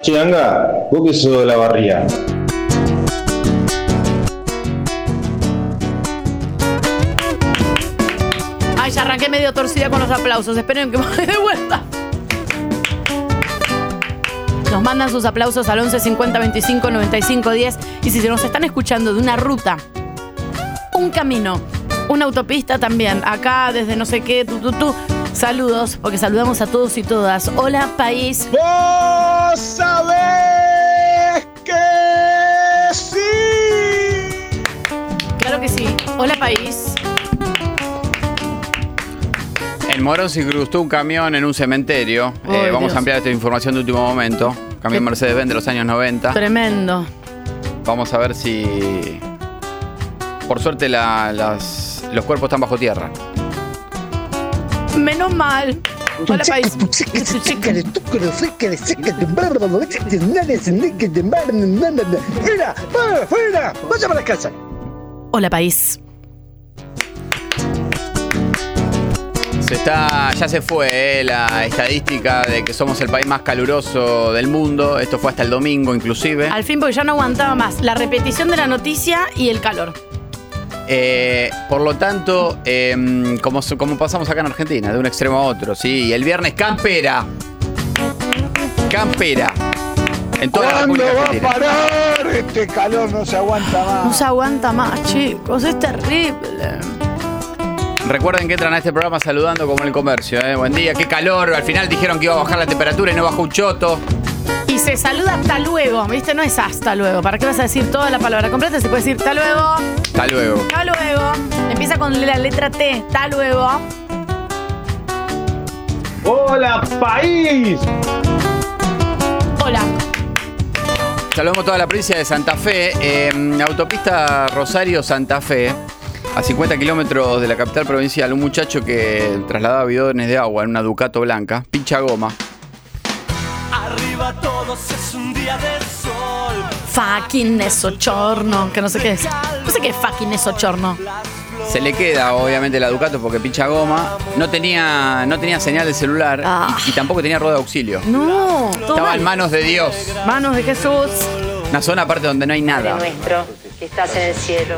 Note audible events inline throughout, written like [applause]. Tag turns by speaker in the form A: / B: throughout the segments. A: Che, Anga, vos que sos de la barría.
B: Ay, ya arranqué medio torcida con los aplausos. Esperen que me de vuelta. Nos mandan sus aplausos al 11 50 25 95 10. Y si se nos están escuchando de una ruta, un camino, una autopista también, acá desde no sé qué, tú, tú, tú, saludos, porque saludamos a todos y todas. Hola, país.
C: ¡Vos sabés que sí!
B: Claro que sí. Hola, país.
D: En Morón se incrustó un camión en un cementerio.
B: Ay,
D: Eh, vamos
B: Oh, Dios.
D: a ampliar esta información de último momento. Camión Mercedes-Benz de los años
C: Ah.
D: 90.
B: Tremendo.
D: Vamos a ver si. Por suerte, la- las- los cuerpos están bajo tierra.
B: Menos mal. Hola, [laughs] país.
C: ¡Fuera! ¡Fuera! ¡Fuera! ¡Vaya para casa!
B: [laughs] Hola, país.
D: Se está, ya se fue eh, la estadística de que somos el país más caluroso del mundo. Esto fue hasta el domingo, inclusive.
B: Al fin, porque ya no aguantaba más. La repetición de la noticia y el calor.
D: Eh, por lo tanto, em, como, so- como pasamos acá en Argentina, de un extremo a otro, sí. Y el viernes, campera. Campera. En toda la
C: ¿Cuándo
D: República
C: va a
D: Argentina.
C: parar? Este calor no se aguanta
B: No
C: más.
B: se aguanta más, chicos, es terrible.
D: Recuerden que entran a este programa saludando como en el comercio. ¿eh? Buen día, qué calor. Al final dijeron que iba a bajar la temperatura y no bajó un choto.
B: Y se saluda hasta luego, ¿viste? No es hasta luego. ¿Para qué vas a decir toda la palabra completa? Se puede decir hasta luego,
D: Hasta luego.
B: hasta luego. Empieza con la letra T, hasta luego.
A: ¡Hola, país!
B: Hola.
D: Saludamos toda la provincia de Santa Fe. Eh, autopista Rosario-Santa Fe. A 50 kilómetros de la capital provincial, un muchacho que trasladaba bidones de agua en una Ducato blanca, pincha goma,
E: Arriba todos es un día de sol.
B: Fucking esochorno, que no sé qué es. No sé qué es fucking esochorno.
D: Se le queda obviamente la Ducato porque pincha goma. No tenía, no tenía señal de celular
B: Ah.
D: y, y tampoco tenía rueda de auxilio.
B: No, todo
D: Estaba en
B: mal.
D: manos de Dios.
B: Manos de Jesús.
D: Una zona aparte donde no hay
F: Padre
D: nada.
F: nuestro, que estás en el cielo.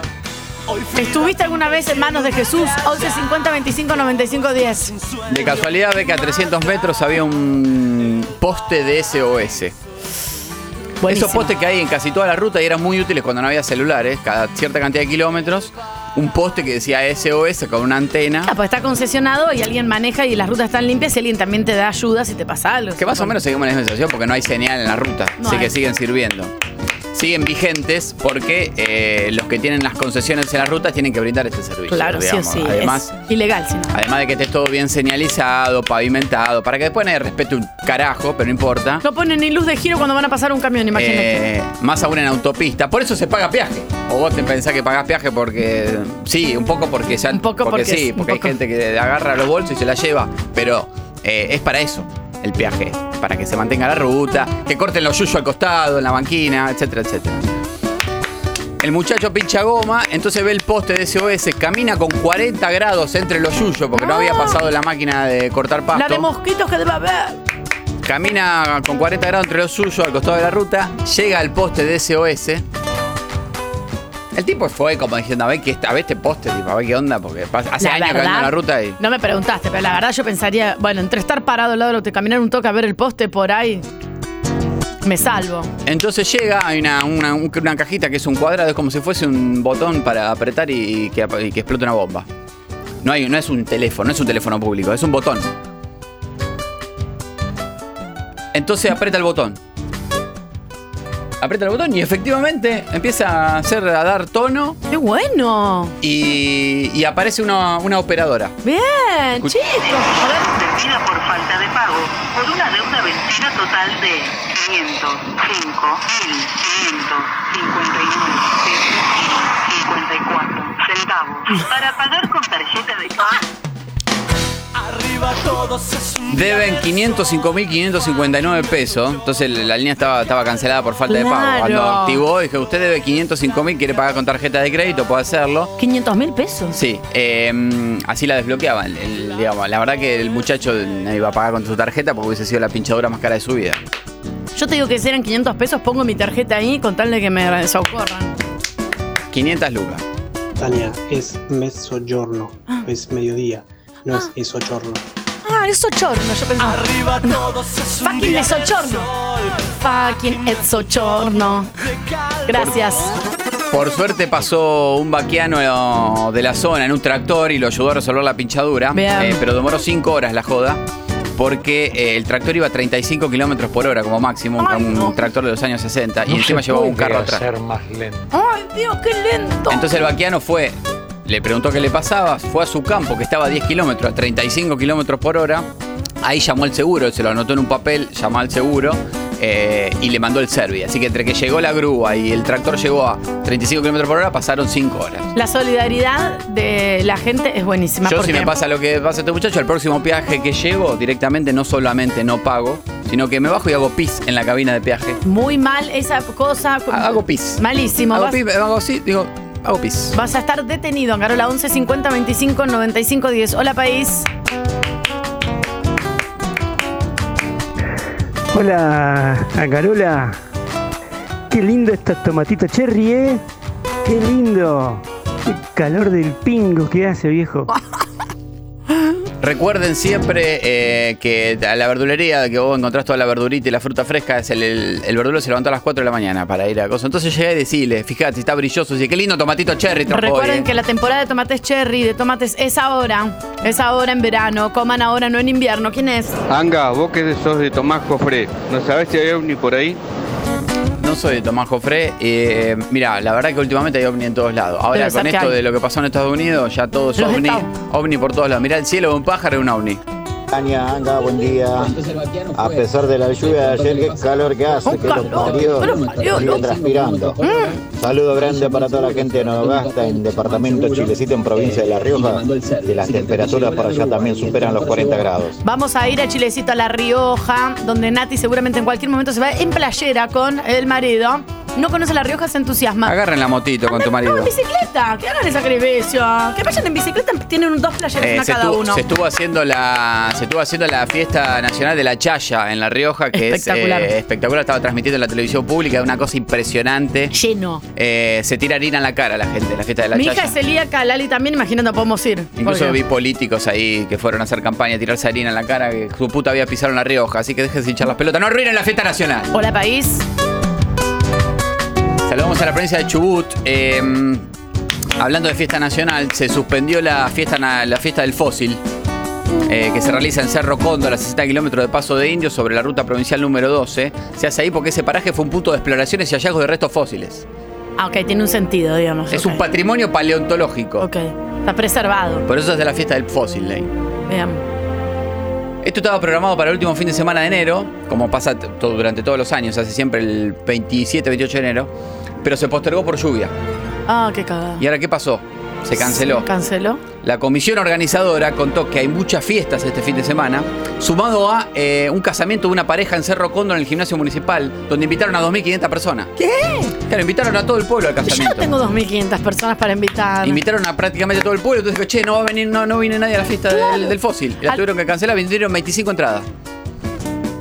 B: ¿Estuviste alguna vez en manos de Jesús? 11 50 25 95 10.
D: De casualidad ve que a 300 metros había un poste de SOS. Esos postes que hay en casi toda la ruta y eran muy útiles cuando no había celulares, cada cierta cantidad de kilómetros, un poste que decía SOS con una
B: Ah,
D: antena.
B: pues está concesionado y alguien maneja y las rutas están limpias y alguien también te da ayuda si te pasa algo.
D: Que más o menos seguimos en la misma situación porque no hay señal en la ruta.
B: No
D: así
B: hay.
D: que siguen sirviendo. Siguen vigentes porque eh, los que tienen las concesiones en las rutas tienen que brindar este servicio.
B: Claro, sí o
D: digamos.
B: sí.
D: Además,
B: es ilegal, si no.
D: además de que esté todo bien señalizado, pavimentado, para que después nadie respete un carajo, pero no importa.
B: No ponen ni luz de giro cuando van a pasar un camión, imagínate.
D: Eh, más aún en autopista. Por eso se paga peaje. O vos te pensás que pagás peaje porque. Sí, un poco porque ya.
B: Un poco porque
D: sí,
B: es-
D: porque
B: un
D: hay
B: poco.
D: gente que agarra los bolsos y se la lleva. Pero eh, es para eso el peaje. Para que se mantenga la ruta, que corten los yuyos al costado, en la banquina, etcétera, etcétera. El muchacho pincha goma, entonces ve el poste de SOS, camina con 40 grados entre los yuyos, porque no había pasado la máquina de cortar pasto.
B: Ah. La de mosquitos que debe haber.
D: Camina con 40 grados entre los suyos al costado de la ruta, llega al poste de SOS. El tipo fue como diciendo, a ver, que esta, a ver este poste, tipo, a ver qué onda, porque pasa- hace
B: La
D: años que
B: verdad,
D: ando en la ruta y...
B: No me preguntaste, pero la verdad yo pensaría, bueno, entre estar parado al lado de la ruta y caminar un toque a ver el poste por ahí, me salvo.
D: Entonces llega, hay una, una- un- una cajita que es un cuadrado, es como si fuese un botón para apretar y, y que, ap- y que explote una bomba. No, hay, no es un teléfono, no es un teléfono público, es un botón. Entonces aprieta el botón. Aprieta el botón y efectivamente empieza a, hacer, a dar tono
B: ¡Qué bueno!
D: y, y aparece una, una operadora.
B: Bien,
D: Escucha.
B: chicos. A ver.
G: vencida por falta de pago por una deuda vencida total de 505.559 centavos para pagar con tarjeta de crédito.
E: Arriba todos es un día
D: Deben
E: de
D: 505.559 pesos. Entonces la línea estaba, estaba cancelada por falta de pago.
B: Claro.
D: Cuando activó, dije, usted debe 505.000, quiere pagar con tarjeta de crédito, puede hacerlo.
B: 500 mil pesos.
D: Sí, eh, así la desbloqueaban. El- digamos, la verdad que el muchacho no iba a pagar con su tarjeta porque hubiese sido la pinchadura más cara de su vida.
B: Yo te digo que si eran 500 pesos, pongo mi tarjeta ahí con tal de que me socorran.
D: 500 lucas.
H: Tania, es mezzogiorno, es mediodía, no es esochorno.
B: Ah, es sochorno, yo pensaba.
E: Arriba todos es un
B: Fucking
E: día de
B: Sochorno.
E: sol.
B: Fucking el sochorno. Gracias.
D: Por suerte pasó un vaquiano de la zona en un tractor y lo ayudó a resolver la pinchadura.
B: Bien.
D: Eh, pero demoró 5 horas la joda. Porque eh, el tractor iba a 35 kilómetros por hora como máximo, un,
B: Ay,
D: un
B: no.
D: tractor de los años 60. y encima llevaba un carro atrás.
B: Ay, Dios, qué lento.
D: Entonces el vaquiano fue, le preguntó qué le pasaba, fue a su campo que estaba a 10 kilómetros, a 35 kilómetros por hora. Ahí llamó al seguro, se lo anotó en un papel, llamó al seguro eh, y le mandó el service. Así que entre que llegó la grúa y el tractor llegó a 35 kilómetros por hora, pasaron 5 horas.
B: La solidaridad de la gente es buenísima.
D: Yo si
B: porque-
D: me pasa lo que pasa a este muchacho, el próximo peaje que llego, directamente no solamente no pago, sino que me bajo y hago pis en la cabina de peaje.
B: Muy mal esa cosa.
D: Hago pis.
B: Malísimo.
D: Hago
B: Vas-
D: pis, hago así, digo, hago pis.
B: Vas a estar detenido, Angarola 11 50 25 95 10. Hola, país.
I: Hola, Angarola. Qué lindo estos tomatitos cherry, ¿eh? Qué lindo. Qué calor del pingo que hace, viejo.
D: Recuerden siempre eh, que a la verdulería, que vos encontrás toda la verdurita y la fruta fresca, es el, el, el verdulero se levantó a las 4 de la mañana para ir a cosas. Entonces llega y decile, fíjate, si está brilloso, dice, qué lindo tomatito cherry, trajo hoy,
B: Recuerden
D: eh".
B: que la temporada de tomates cherry, de tomates, es ahora. Es ahora en verano. Coman ahora, no en invierno. ¿Quién es?
J: Anga, vos que sos de Tomás Cofré, ¿no sabés si hay ovni por ahí?
D: No soy de Tomás Jofré. Eh, mira, la verdad que últimamente hay ovni en todos lados. Ahora
B: Debe ser
D: con
B: que
D: esto
B: hay.
D: de lo que pasó en Estados Unidos, ya todo es
B: Los
D: ovni.
B: Estados-
D: Ovni por todos lados. Mirá el cielo, un pájaro, un ovni.
C: Tania, Anga, Ah, buen día. A pesar de la lluvia de ayer, qué calor que hace,
B: Un
C: Ah, que los
B: calor,
C: parió,
B: pero parió,
C: siguen
B: no. Mm.
C: transpirando. Saludo grande para toda la gente de Nogasta, en departamento Chilecito, en provincia de La Rioja, que las temperaturas para allá también superan los 40 grados.
B: Vamos a ir a Chilecito, a La Rioja, donde Nati seguramente en cualquier momento se va en playera con el marido. No conoce La Rioja, se entusiasma.
D: Agarren la motito con tu
B: Andan
D: marido.
B: en bicicleta, que hagan el sacrificio. Que vayan en bicicleta, tienen dos playeras
D: Eh,
B: una
D: se,
B: cada
D: estuvo,
B: uno.
D: se estuvo haciendo la se estuvo haciendo la fiesta nacional de la Chaya en La Rioja, que
B: Espectacular.
D: es eh, espectacular, estaba transmitiendo en la televisión pública, una cosa impresionante.
B: Lleno.
D: Eh, se tira harina en la cara la gente, la fiesta de la
B: Mi
D: Chaya.
B: hija es celíaca, Lali también, imagínate, podemos ir.
D: Incluso
B: Porque-
D: vi políticos ahí que fueron a hacer campaña, a tirarse harina en la cara, que su puta vida pisaron La Rioja, así que dejen de hinchar las pelotas. No arruinen la fiesta nacional.
B: Hola, país.
D: Saludamos a la provincia de Chubut. Eh, hablando de fiesta nacional, se suspendió la fiesta, na- la fiesta del fósil. eh, que se realiza en Cerro Cóndor, a 60 kilómetros de Paso de Indios, sobre la ruta provincial número 12. Se hace ahí porque ese paraje fue un punto de exploraciones y hallazgos de restos fósiles.
B: Ah, ok, tiene un sentido, digamos.
D: Es
B: ok.
D: un patrimonio paleontológico.
B: Ok, está preservado.
D: Por eso es de la fiesta del fósil, Ley.
B: Bien.
D: Esto estaba programado para el último fin de semana de enero, como pasa t- todo- durante todos los años, hace siempre el 27, 28 de enero, pero se postergó por lluvia.
B: Ah, qué cagada.
D: ¿Y ahora qué pasó? Se canceló.
B: Se canceló.
D: La comisión organizadora contó que hay muchas fiestas este fin de semana, sumado a eh, un casamiento de una pareja en Cerro Cóndor en el gimnasio municipal, donde invitaron a 2.500 personas. ¿Qué? Claro, invitaron a todo el pueblo al
B: Yo
D: casamiento.
B: no tengo 2.500 personas para invitar.
D: Invitaron a prácticamente todo el pueblo, entonces dijo, che, no va a venir, no, no viene nadie a la fiesta del, del fósil. Y La
B: Al-
D: tuvieron que cancelar, vendieron 25 entradas.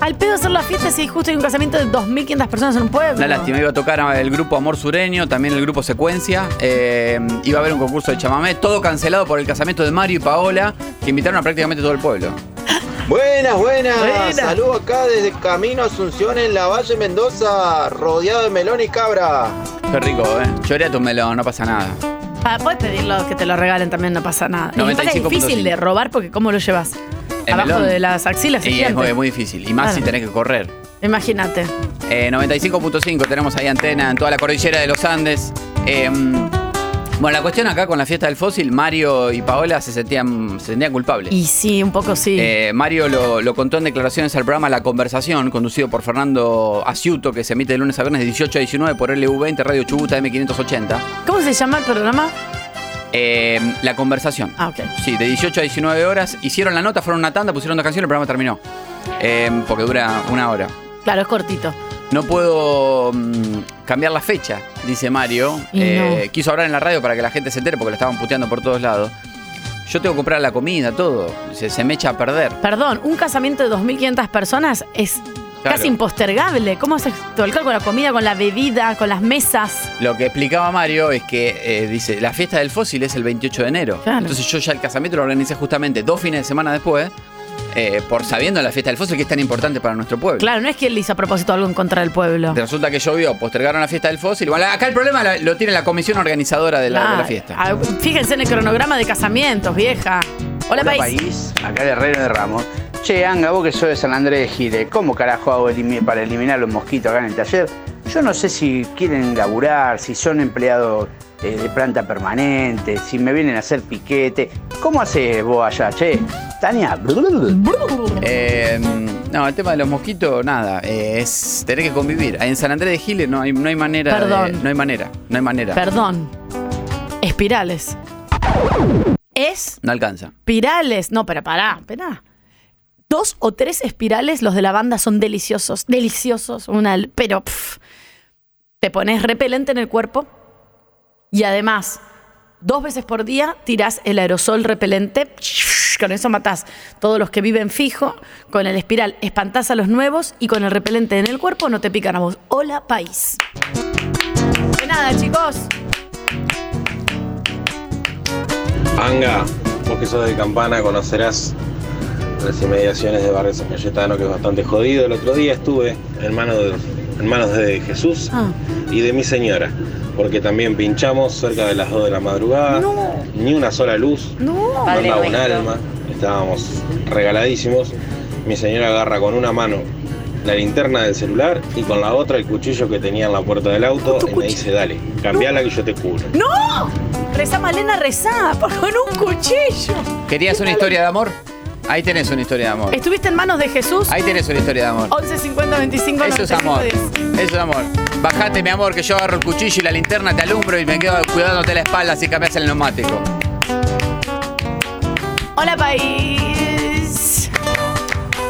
B: Al pedo hacer la fiesta si justo hay un casamiento de 2.500 personas en un pueblo.
D: Una lástima, iba a tocar el grupo Amor Sureño, también el grupo Secuencia, eh, iba a haber un concurso de chamamé, todo cancelado por el casamiento de Mario y Paola, que invitaron a prácticamente todo el pueblo.
J: Buenas, buenas.
B: Buenas.
J: Saludo acá desde Camino Asunción en la Valle Mendoza, rodeado de melón y cabra.
D: Qué rico, ¿eh? Lloré a tu melón, no pasa nada.
B: Ah, puedes pedirlo que te lo regalen también, no pasa nada. Y aparte es
D: 95.5.
B: difícil de robar porque ¿cómo lo llevas?
D: El
B: Abajo
D: melón.
B: de las axilas.
D: Y es
B: gigante.
D: muy, muy difícil, y más
B: Claro.
D: si tenés que correr.
B: Imagínate.
D: Eh, 95.5 tenemos ahí antena en toda la cordillera de los Andes. Eh, bueno, la cuestión acá con la fiesta del fósil, Mario y Paola se sentían, se sentían culpables.
B: Y sí, un poco sí.
D: Eh, Mario lo, lo contó en declaraciones al programa La Conversación, conducido por Fernando Asiuto, que se emite de lunes a viernes de 18 a 19 por LU20 Radio Chubut M580.
B: ¿Cómo se llama el programa?
D: Eh, la Conversación.
B: Ah, ok.
D: Sí, de 18 a 19 horas. Hicieron la nota, fueron a una tanda, pusieron una canción y el programa terminó. Eh, porque dura una hora.
B: Claro, es cortito.
D: No puedo mm, cambiar la fecha, dice Mario.
B: Y
D: Eh, Quiso hablar en la radio para que la gente se entere porque la estaban puteando por todos lados. Yo tengo que comprar la comida, todo. Se, se me echa a perder.
B: Perdón, un casamiento de 2.500 personas es
D: Claro.
B: Casi impostergable. ¿Cómo haces todo el cálculo con la comida, con la bebida, con las mesas?
D: Lo que explicaba Mario es que eh, dice, la fiesta del fósil es el 28 de enero.
B: Claro.
D: Entonces yo ya el casamiento lo organizé justamente dos fines de semana después, eh, por sabiendo la fiesta del fósil que es tan importante para nuestro pueblo.
B: Claro, no es que él hizo a propósito algo en contra del pueblo.
D: Resulta que llovió, postergaron la fiesta del fósil. Bueno, acá el problema la- lo tiene la comisión organizadora de la, de la
B: Claro.
D: fiesta.
B: Ah, Fíjense en el cronograma de casamientos, vieja. Hola, país.
K: Acá de Herrero de Ramos. Che, Anga, vos que sos de San Andrés de Gire, ¿cómo carajo hago elimi- para eliminar los mosquitos acá en el taller? Yo no sé si quieren laburar, si son empleados eh, de planta permanente, si me vienen a hacer piquete. ¿Cómo haces vos allá, che? Tania.
D: Eh, no, el tema de los mosquitos, nada. eh, es tener que convivir. En San Andrés de Giles no hay, no hay manera. de-
B: Perdón.
D: no hay manera. No hay manera.
B: Perdón. Espirales. Es
D: No alcanza.
B: espirales. No, pero pará, pará. Dos o tres espirales, los de la banda son deliciosos, deliciosos. Una, pero pf, te pones repelente en el cuerpo y además, dos veces por día tirás el aerosol repelente. Con eso matás todos los que viven fijo. Con el espiral espantás a los nuevos y con el repelente en el cuerpo no te pican a vos. Hola, país. De nada, chicos.
A: Anga, vos que sos de Campana conocerás las inmediaciones de Barrio San Cayetano, que es bastante jodido. El otro día estuve en, mano de- en manos de Jesús
C: Ah.
A: y de mi señora, porque también pinchamos cerca de las 2 de la madrugada, ni una sola luz,
B: No,
A: no andaba un alma, estábamos regaladísimos. Mi señora agarra con una mano la linterna del celular y con la otra el cuchillo que tenía en la puerta del auto y me dice, dale, cambiala que yo te cubro.
B: ¡No! Rezá, Malena, rezá, por- con un cuchillo.
D: ¿Querías una historia de amor? Ahí tenés una historia de amor.
B: Estuviste en manos de Jesús.
D: Ahí tenés una historia de amor.
B: 11 50 25
D: Eso es amor. Eso es amor. Bajate, mi amor, que yo agarro el cuchillo y la linterna, te alumbro y me quedo cuidándote la espalda así cambias el neumático.
B: Hola, país.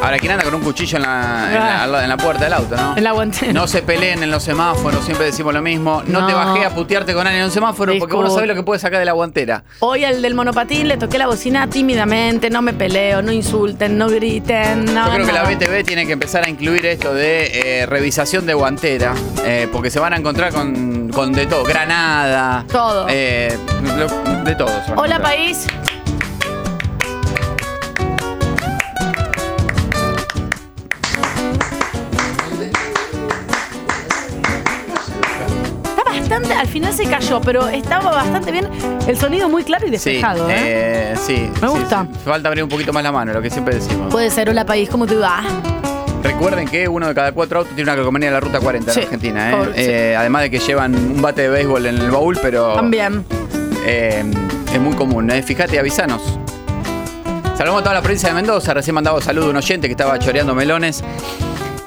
D: Ahora, ¿quién anda con un cuchillo en la, en la- al lado- en la puerta del auto, no?
B: En la guantera.
D: No se peleen en los semáforos, siempre decimos lo mismo. No, te
B: No.
D: bajé a putearte con alguien en un semáforo porque vos no sabés lo que puedes sacar de la guantera.
B: Hoy al del monopatín le toqué la bocina tímidamente, no me peleo, no insulten, no griten, Ah, no.
D: Yo creo que la
B: nada.
D: BTV tiene que empezar a incluir esto de eh, revisación de guantera, eh, porque se van a encontrar con, con de todo, granada.
B: Todo.
D: eh, lo- de todo. se van a
B: Hola,
D: encontrar.
B: país. Está bastante, al final se cayó, pero estaba bastante bien. El sonido muy claro y
D: Sí,
B: despejado, ¿eh?
D: eh, sí. Me gusta. Falta abrir un poquito más la mano, lo que siempre decimos.
B: Puede ser, hola país, ¿cómo te va?
D: Recuerden que uno de cada cuatro autos tiene una calcomanía de la Ruta 40
B: Sí.
D: en Argentina. ¿eh?
B: Por- sí.
D: Eh, Además de que llevan un bate de béisbol en el baúl, pero
B: También.
D: eh, es muy común. ¿eh? Fíjate, avisanos. Saludamos a toda la provincia de Mendoza. Recién mandaba saludo a un oyente que estaba choreando melones.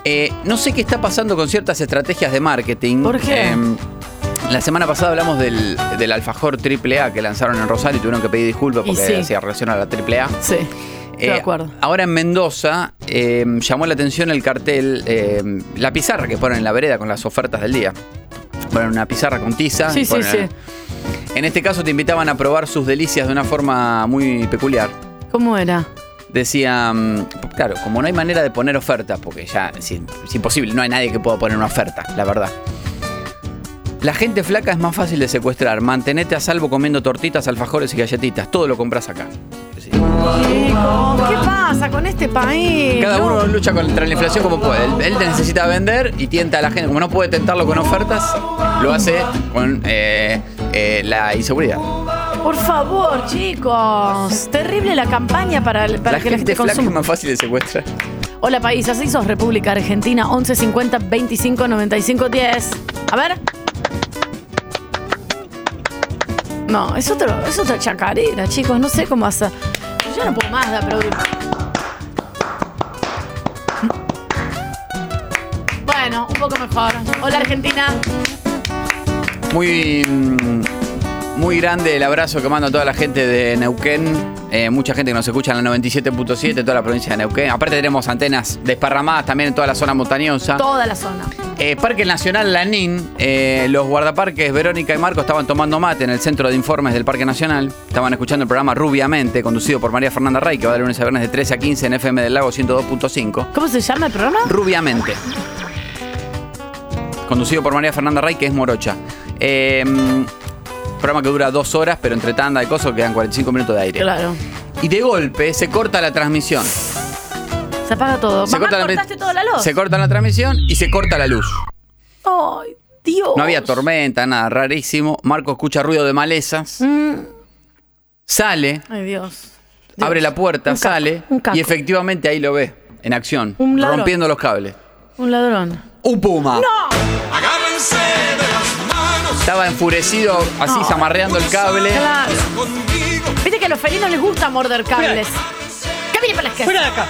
D: Eh, no sé qué está pasando con ciertas estrategias de marketing. ¿Por qué? la semana pasada hablamos del, del alfajor AAA que lanzaron en Rosario y tuvieron que pedir disculpas
B: Y
D: porque
B: sí.
D: se relaciona a la AAA.
B: Sí. de
D: Eh,
B: acuerdo.
D: Ahora en Mendoza eh, llamó la atención el cartel, eh, la pizarra que ponen en la vereda con las ofertas del día. Ponen una pizarra con tiza.
B: Sí,
D: y
B: sí,
D: ponen-
B: sí.
D: En este caso te invitaban a probar sus delicias de una forma muy peculiar.
B: ¿Cómo era?
D: Decía, mm, claro, como no hay manera de poner ofertas, porque ya es, in- es imposible, no hay nadie que pueda poner una oferta, la verdad. La gente flaca es más fácil de secuestrar. Mantenete a salvo comiendo tortitas, alfajores y galletitas. Todo lo compras acá.
B: Chicos, ¿qué pasa con este país?
D: Cada
B: No.
D: uno lucha contra la inflación como puede. Él, él necesita vender y tienta a la gente. Como no puede tentarlo con ofertas, lo hace con eh, eh, la inseguridad.
B: Por favor, chicos. Terrible la campaña para, para
D: la
B: que
D: gente,
B: la gente
D: flaca
B: consuma.
D: es más fácil de secuestrar.
B: Hola país, así sos República Argentina, 11 50 25 95 10. A ver. No, es otro, es otra chacarera, chicos, no sé cómo hacer. Yo no puedo más de aplaudir. Bueno, un poco mejor. Hola Argentina.
D: Muy, mm, muy grande el abrazo que mando a toda la gente de Neuquén. Eh, mucha gente que nos escucha en la 97.7, toda la provincia de Neuquén. Aparte tenemos antenas desparramadas también en toda la zona montañosa.
B: Toda la zona.
D: Eh, Parque Nacional Lanín, eh, los guardaparques Verónica y Marco estaban tomando mate en el centro de informes del Parque Nacional. Estaban escuchando el programa Rubiamente, conducido por María Fernanda Rey, que va de lunes a viernes de 13 a 15 en FM del Lago 102.5.
B: ¿Cómo se llama el programa?
D: Rubiamente. Conducido por María Fernanda Rey, que es morocha. Eh, programa que dura dos horas, pero entre tanda y cosas quedan 45 minutos de aire.
B: Claro.
D: Y de golpe se corta la transmisión.
B: Se apaga todo.
D: Se
B: Mamá,
D: corta la-
B: cortaste toda la luz.
D: Se corta la transmisión y se corta la luz.
B: Ay, Dios.
D: No había tormenta, nada, rarísimo. Marco escucha ruido de malezas. Sale,
B: Ay, Mm. Dios.
D: abre la puerta, sale. y efectivamente ahí lo ve, en acción,
B: Un ladrón.
D: rompiendo los cables.
B: Un ladrón.
D: Un puma.
E: Agárrense de las manos.
D: Estaba enfurecido, así
B: No.
D: zamarreando el cable.
B: Claro. Viste que a los felinos les gusta morder cables. Camine para la esquina. Fuera de acá.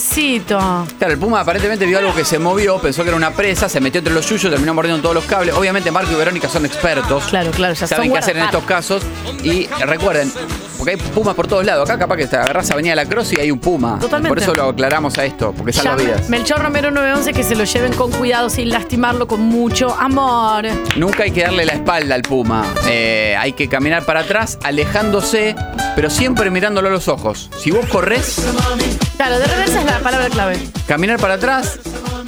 B: Pobrecito.
D: Claro, el puma aparentemente vio algo que se movió, pensó que era una presa, se metió entre los yuyos, terminó mordiendo todos los cables. Obviamente Marco y Verónica son expertos. Claro,
B: claro, ya
D: Saben
B: son
D: qué hacer en estos casos. Y recuerden, porque hay pumas por todos lados. Acá capaz que te agarrás Avenida La Cruz y hay un puma.
B: Totalmente.
D: Por eso lo aclaramos a esto, porque salva
B: Llame-
D: vidas.
B: Melchor Romero 911 que se lo lleven con cuidado sin lastimarlo con mucho amor.
D: Nunca hay que darle la espalda al puma. Eh, hay que caminar para atrás, alejándose, pero siempre mirándolo a los ojos. Si vos corres,
B: Claro, de reversa es la palabra clave.
D: caminar para atrás,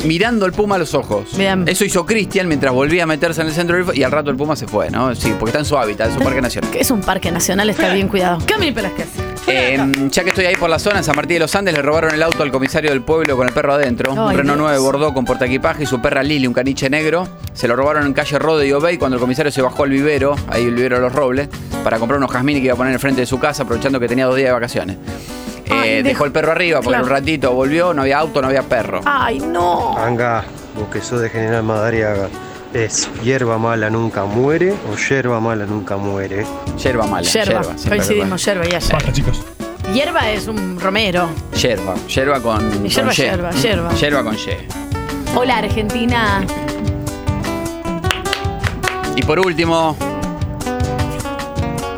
D: mirando al puma a los ojos. Eso hizo Cristian mientras volvía a meterse en el centro del- y al rato el puma se fue, ¿no? Sí, porque está en su hábitat, en su parque nacional.
B: Que es un parque nacional, está bien cuidado. Camille Velázquez.
D: Eh, ya que estoy ahí por la zona, en San Martín de los Andes le robaron el auto al comisario del pueblo con el perro adentro. un
B: Ay,
D: Renault
B: Dios.
D: 9 Bordeaux con portaequipaje y su perra Lili, un caniche negro. Se lo robaron en calle Rode y Obey cuando el comisario se bajó al vivero, ahí el vivero de los Robles, para comprar unos jazmines que iba a poner enfrente de su casa, aprovechando que tenía dos días de vacaciones. Eh,
B: Ay,
D: dejó
B: dejó-
D: el perro arriba, porque
B: Claro. Ah.
D: un ratito volvió, no había auto, no había perro.
B: Ay, no.
L: Anga, vos que sos de General Madariaga, es hierba mala nunca muere o hierba mala nunca muere.
D: Hierba mala.
B: Yerba. Coincidimos, yerba y ayer.
D: chicos.
B: Hierba es un romero.
D: Yerba, yerba con.
B: Yerba,
D: con ye.
B: yerba, yerba.
D: Yerba con ye.
B: Hola, Argentina.
D: Y por último,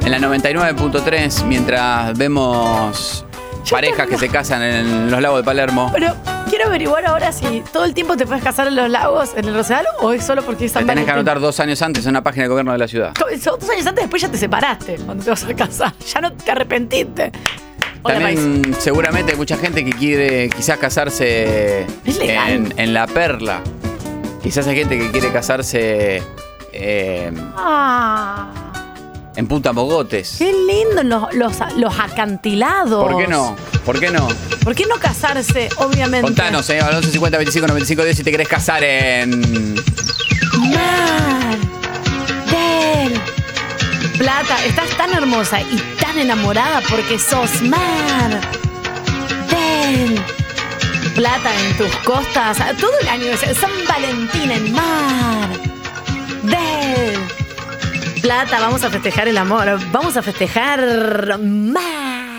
D: en la 99.3, mientras vemos parejas que se casan en los lagos de Palermo,
B: Pero quiero averiguar ahora si todo el tiempo te puedes casar en los lagos, en el Rosedal, o es solo porque es
D: te
B: San
D: tenés que
B: Valentín.
D: anotar dos años antes en una página de gobierno de la ciudad.
B: Co- Son dos años antes, después ya te separaste cuando te vas a casar. Ya no te arrepentiste. Hola, país.
D: También seguramente hay mucha gente que quiere quizás casarse
B: legal.
D: en, en La Perla. Quizás hay gente que quiere casarse eh,
B: Ah,
D: en Punta Mogotes.
B: qué lindo los, los, los acantilados.
D: ¿Por qué no? ¿Por qué no?
B: ¿Por qué no casarse, obviamente?
D: Contanos, eh, al 11 50 25 95 10 si te querés casar en...
B: Mar del Plata, estás tan hermosa y tan enamorada porque sos Mar del Plata en tus costas. Todo el año es San Valentín en Mar del Plata. Vamos a festejar el amor. Vamos a festejar Mar